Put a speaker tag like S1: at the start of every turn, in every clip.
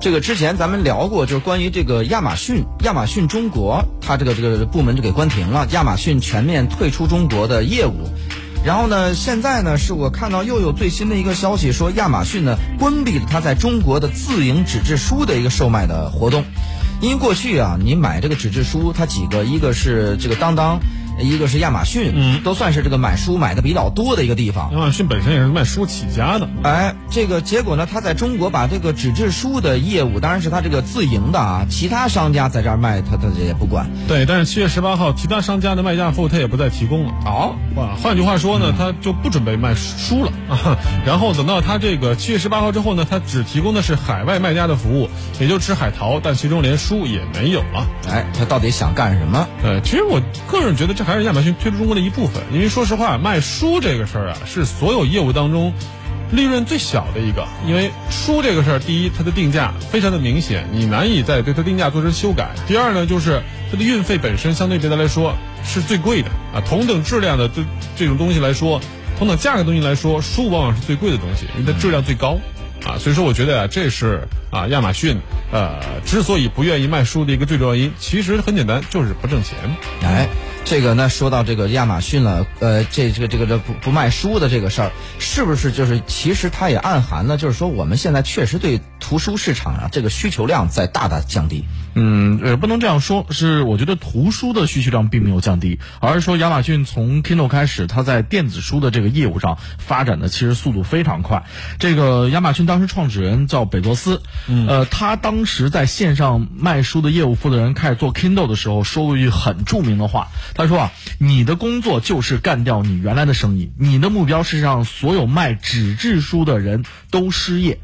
S1: 这个之前咱们聊过，就是关于这个亚马逊，亚马逊中国它这个这个部门就给关停了，亚马逊全面退出中国的业务。然后呢，现在呢，是我看到又有最新的一个消息，说亚马逊呢关闭了它在中国的自营纸质书的一个售卖的活动。因为过去啊，你买这个纸质书，它几个，一个是这个当当，一个是亚马逊，
S2: 嗯
S1: 都算是这个买书买的比较多的一个地方。
S2: 亚马逊啊本身也是卖书起家的，
S1: 哎，这个结果呢，他在中国把这个纸质书的业务，当然是他这个自营的啊，其他商家在这儿卖，他他也不管。
S2: 对。但是七月十八号，其他商家的卖家服务他也不再提供了。
S1: 哦，
S2: 哇，换句话说呢，他就不准备卖书了 啊。然后等到他这个七月十八号之后呢，他只提供的是海外卖家的服务，也就吃海淘，但其中连书也没有了。
S1: 哎，他到底想干什么？
S2: 呃，其实我个人觉得这还是亚马逊推出中国的一部分，因为说实话，卖书这个事儿啊，是所有业务当中利润最小的一个。因为书这个事儿，第一，它的定价非常的明显，你难以再对它定价做出修改；第二呢，就是它的运费本身相对别的来说是最贵的啊，同等质量的这这种东西来说，同等价格的东西来说，书往往是最贵的东西，因为它质量最高。啊，所以说我觉得啊，这是啊亚马逊呃之所以不愿意卖书的一个最重要原因，其实很简单，就是不挣钱。
S1: 哎，这个那说到这个亚马逊了，呃，这这个这个这不不卖书的这个事儿，是不是就是其实它也暗含了，就是说我们现在确实对图书市场啊这个需求量在大大降低。
S3: 嗯，呃，不能这样说，是我觉得图书的需求量并没有降低，而是说亚马逊从 Kindle 开始，它在电子书的这个业务上发展的其实速度非常快。这个亚马逊当时创始人叫北佐斯，呃，他当时在线上卖书的业务负责人开始做 Kindle 的时候，说过一句很著名的话，他说啊，你的工作就是干掉你原来的生意，你的目标是让所有卖纸质书的人都失业。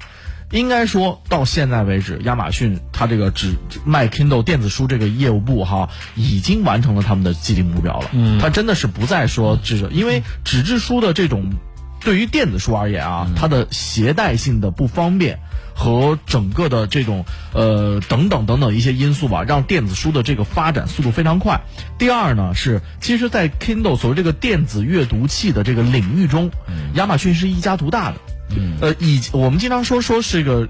S3: 应该说到现在为止，亚马逊它这个只卖 Kindle 电子书这个业务部哈，已经完成了他们的既定目标了。嗯，它真的是不再说这个，因为纸质书的这种，对于电子书而言啊，它的携带性的不方便。和整个的这种呃等等等等一些因素吧，让电子书的这个发展速度非常快。第二呢是，其实，在 Kindle 所谓这个电子阅读器的这个领域中，亚马逊是一家独大的。呃，以我们经常说说是一个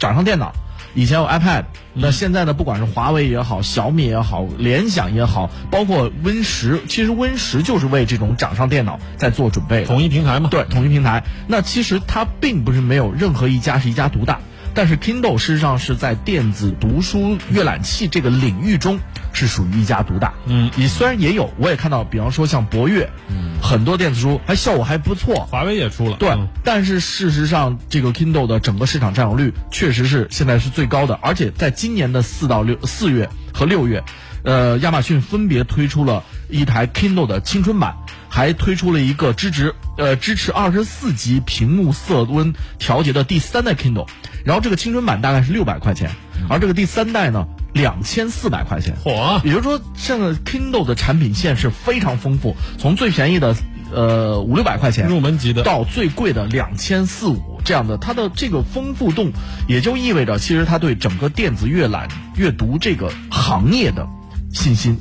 S3: 掌上电脑，以前有 iPad，那
S2: 嗯
S3: 现在呢，不管是华为也好，小米也好，联想也好，包括 Win 十，其实 Win 十就是为这种掌上电脑在做准备的。
S2: 统一平台嘛，
S3: 对，统一平台。那其实它并不是没有任何一家是一家独大，但是 Kindle 事实上是在电子读书阅览器这个领域中是属于一家独大。
S2: 嗯，
S3: 也虽然也有，我也看到，比方说像博越，嗯，很多电子书还效果还不错。
S2: 华为也出了，
S3: 对
S2: 嗯，
S3: 但是事实上，这个 Kindle 的整个市场占有率确实是现在是最高的，而且在今年的四到六四月和六月，呃，亚马逊分别推出了一台 Kindle 的青春版，还推出了一个支持呃支持二十四级屏幕色温调节的第三代 Kindle，然后这个青春版大概是六百块钱，而这个第三代呢两千四百块钱。
S2: 火啊，
S3: 也就是说，现在 Kindle 的产品线是非常丰富，从最便宜的呃五六百块钱
S2: 入门级的，
S3: 到最贵的两千四五这样的，它的这个丰富度也就意味着，其实它对整个电子阅览、阅读这个行业的信心。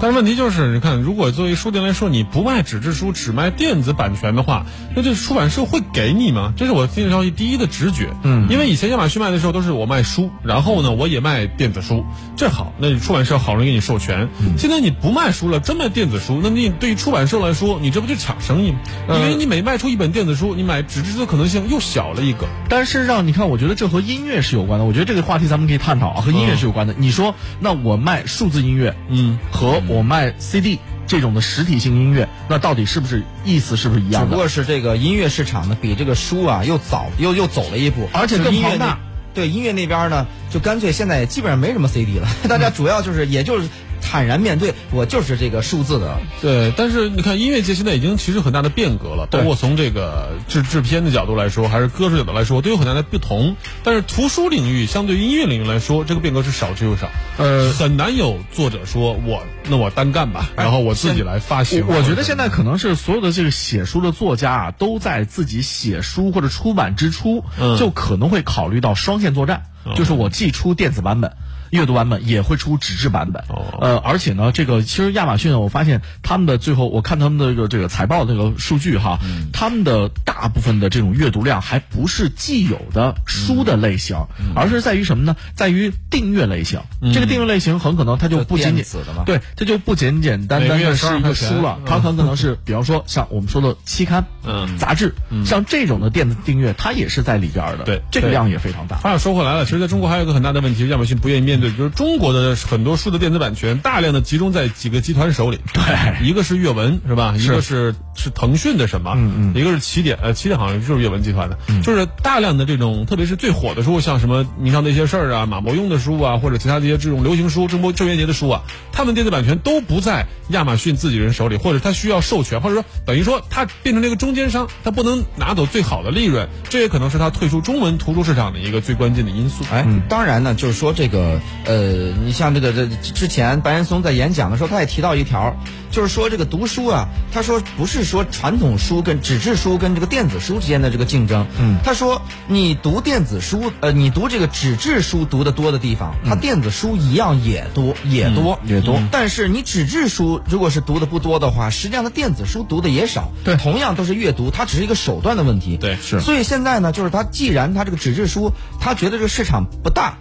S2: 但是问题就是，你看，如果作为书店来说，你不卖纸质书，只卖电子版权的话，那这出版社会给你吗？这是我听这消息第一的直觉。嗯，因为以前亚马逊卖的时候都是我卖书，然后呢，我也卖电子书，这好，那出版社好容易给你授权。现在你不卖书了，真卖电子书，那你对于出版社来说，你这不就抢生意吗？因为你每卖出一本电子书，你买纸质书的可能性又小了一个。
S3: 但事实上，你看，我觉得这和音乐是有关的。我觉得这个话题咱们可以探讨啊，和音乐是有关的。你说，那我卖数字音乐，
S2: 嗯，
S3: 和我卖 CD 这种的实体性音乐，那到底是不是意思是不是一
S1: 只
S3: 样
S1: 不
S3: 的？
S1: 过是这个音乐市场呢，比这个书啊又早又又走了一步，
S3: 而且
S1: 就是
S3: 更
S1: 音乐
S3: 庞大
S1: 那。对音乐那边呢，就干脆现在也基本上没什么 CD 了，大家主要就是也就是坦然面对，我就是这个数字的。
S2: 对，但是你看，音乐界现在已经其实很大的变革了，包
S3: 对
S2: 括从这个制制片的角度来说，还是歌手角度来说，都有很大的不同。但是图书领域相对于音乐领域来说，这个变革是少之又少，
S3: 呃
S2: 很难有作者说我那我单干吧，然后我自己来发行。
S3: 哎我我觉得现在可能是所有的这个写书的作家啊，都在自己写书或者出版之初，
S2: 嗯
S1: 哦
S3: 就可能会考虑到双线作战，就是我既出电子版本。阅读版本，也会出纸质版本。
S2: 哦
S3: 呃，而且呢，这个其实亚马逊，我发现他们的最后，我看他们的这个这个财报这个数据哈，
S1: 嗯
S3: 他们的大部分的这种阅读量还不是既有的书的类型，
S1: 嗯
S3: 而是在于什么呢？在于订阅类型。这个订阅类型很可能它就
S1: 就
S3: 不仅仅
S1: 电子的嘛
S3: 对，这就不简简单
S2: 每个
S3: 单
S2: 月12
S3: 的是一
S2: 块
S3: 个
S2: 钱
S3: 书了，它很可能是，比方说像我们说的期刊、
S2: 嗯
S3: 杂志，像这种的电子订阅，它也是在里边儿的。
S2: 对
S3: 这个
S2: 对
S3: 量也非常大。
S2: 话又说回来了，其实在中国还有一个很大的问题，亚马逊不愿意面对，就是中国的很多书的电子版权大量的集中在几个集团手里。对，一个是阅文是吧？一个是是腾讯的什么？嗯嗯，一个是起点，呃，起点好像就是阅文集团的，就是大量的这种，特别是最火的书，像什么《迷上的一些事儿》啊、马伯庸的书啊，或者其他的一些这种流行书、郑波郑渊洁的书啊，他们电子版权都不在亚马逊自己人手里，或者他需要授权，或者说等于说他变成了一个中间商，他不能拿走最好的利润，这也可能是他退出中文图书市场的一个最关键的因素。
S3: 嗯
S1: 哎，当然呢，就是说这个，呃，你像这个这之前白岩松在演讲的时候，他也提到一条，就是说这个读书啊，他说不是说传统书跟纸质书跟这个电子书之间的这个竞争，嗯，他说你读电子书，呃，你读这个纸质书读的多的地方，它电子书一样也多，也多，
S3: 嗯
S1: 嗯
S3: 也多
S1: 但是你纸质书如果是读的不多的话，实际上它电子书读的也少，
S3: 对
S1: 同样都是阅读，它只是一个手段的问题，
S2: 对
S3: 是
S1: 所以现在呢，就是他既然他这个纸质书，他觉得这个市场不大，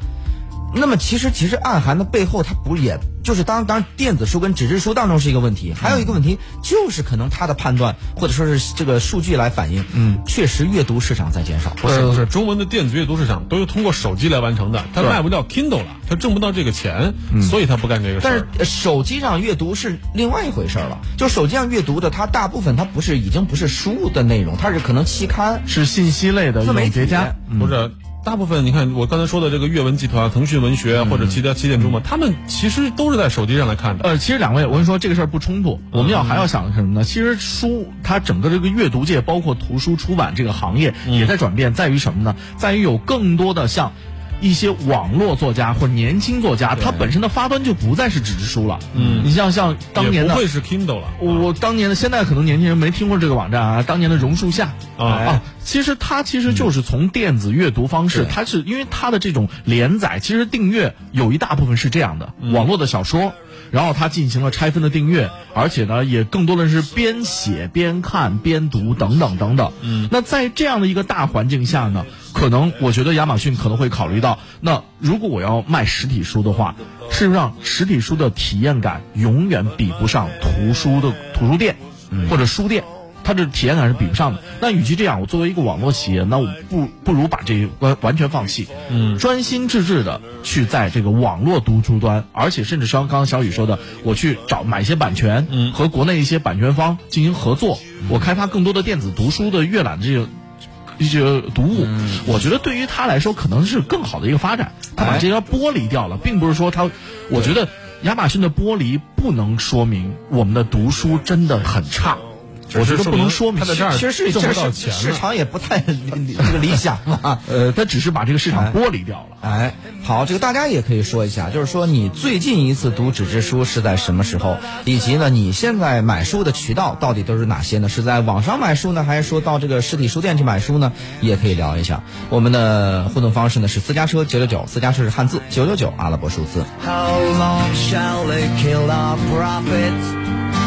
S1: 那么其实其实暗含的背后，它不也就是当当然电子书跟纸质书当中是一个问
S2: 嗯
S1: 题，还有一个问题就是可能他的判断或者说是这个数据来反映，嗯，确实阅读市场在减少，
S2: 不是不是，中文的电子阅读市场都是通过手机来完成的，他卖不了 Kindle 了，他挣不到这个钱，所以他不干这个事
S1: 但
S2: 儿
S1: 是。呃手机上阅读是另外一回事儿了，就手机上阅读的，它大部分它不是已经不是书的内容，它是可能期刊。
S3: 是信息类的一
S1: 自媒
S3: 种
S1: 体
S3: 叠加，
S2: 不是，大部分你看我刚才说的这个阅文集团、啊腾讯文学或者其他起点中文，他们其实都是在手机上来看的。
S3: 呃，其实两位，我跟你说这个事儿不冲突。我
S2: 嗯
S3: 们要还要想什么呢？其实书它整个这个阅读界，包括图书出版这个行业
S2: 嗯
S3: 也在转变，在于什么呢？在于有更多的像。一些网络作家或年轻作家，他本身的发端就不再是纸质书了。嗯，你像像当年
S2: 也
S3: 的
S2: 不会是 Kindle 了，
S3: 我我当年的，现在可能年轻人没听过这个网站啊。当年的榕树下
S2: 啊
S3: 其实它其实就是从电子阅读方式，
S1: 对
S3: 它是因为它的这种连载，其实订阅有一大部分是这样的，网络的小说，然后它进行了拆分的订阅，而且呢，也更多的是边写边看边读等等等等。嗯，那在这样的一个大环境下呢，可能我觉得亚马逊可能会考虑到，那如果我要卖实体书的话，是让实体书的体验感永远比不上图书的图书店、或者书店。它这体验感是比不上的。那与其这样，我作为一个网络企业，那我不不如把这一关完全放弃，嗯，专心致志的去在这个网络读书端，而且甚至像刚刚小雨说的，我去找买一些版权，嗯，和国内一些版权方进行合作，我开发更多的电子读书的阅览这个。一些读物，
S2: 嗯
S3: 我觉得对于他来说可能是更好的一个发展。他把
S1: 哎
S3: 这条剥离掉了，并不是说他，我觉得亚马逊的剥离不能说明我们的读书真的很差。我觉得不能说明
S2: 他在这儿
S1: 其实是
S2: 挣
S1: 这
S2: 不到
S1: 是
S2: 钱
S1: 市
S2: 了。
S1: 场也不太理理这个理想 嘛，
S3: 呃，它只是把这个市场剥离掉了。
S1: 哎，好，这个大家也可以说一下，就是说你最近一次读纸质书是在什么时候，以及呢，你现在买书的渠道到底都是哪些呢？是在网上买书呢，还是说到这个实体书店去买书呢？也可以聊一下。我们的互动方式呢是私家车九九九，私家车是汉字九九九阿拉伯数字。
S4: How long shall they kill our prophets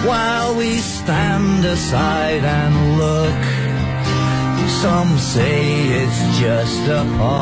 S4: while we stand aside and look? Some say it's just a part.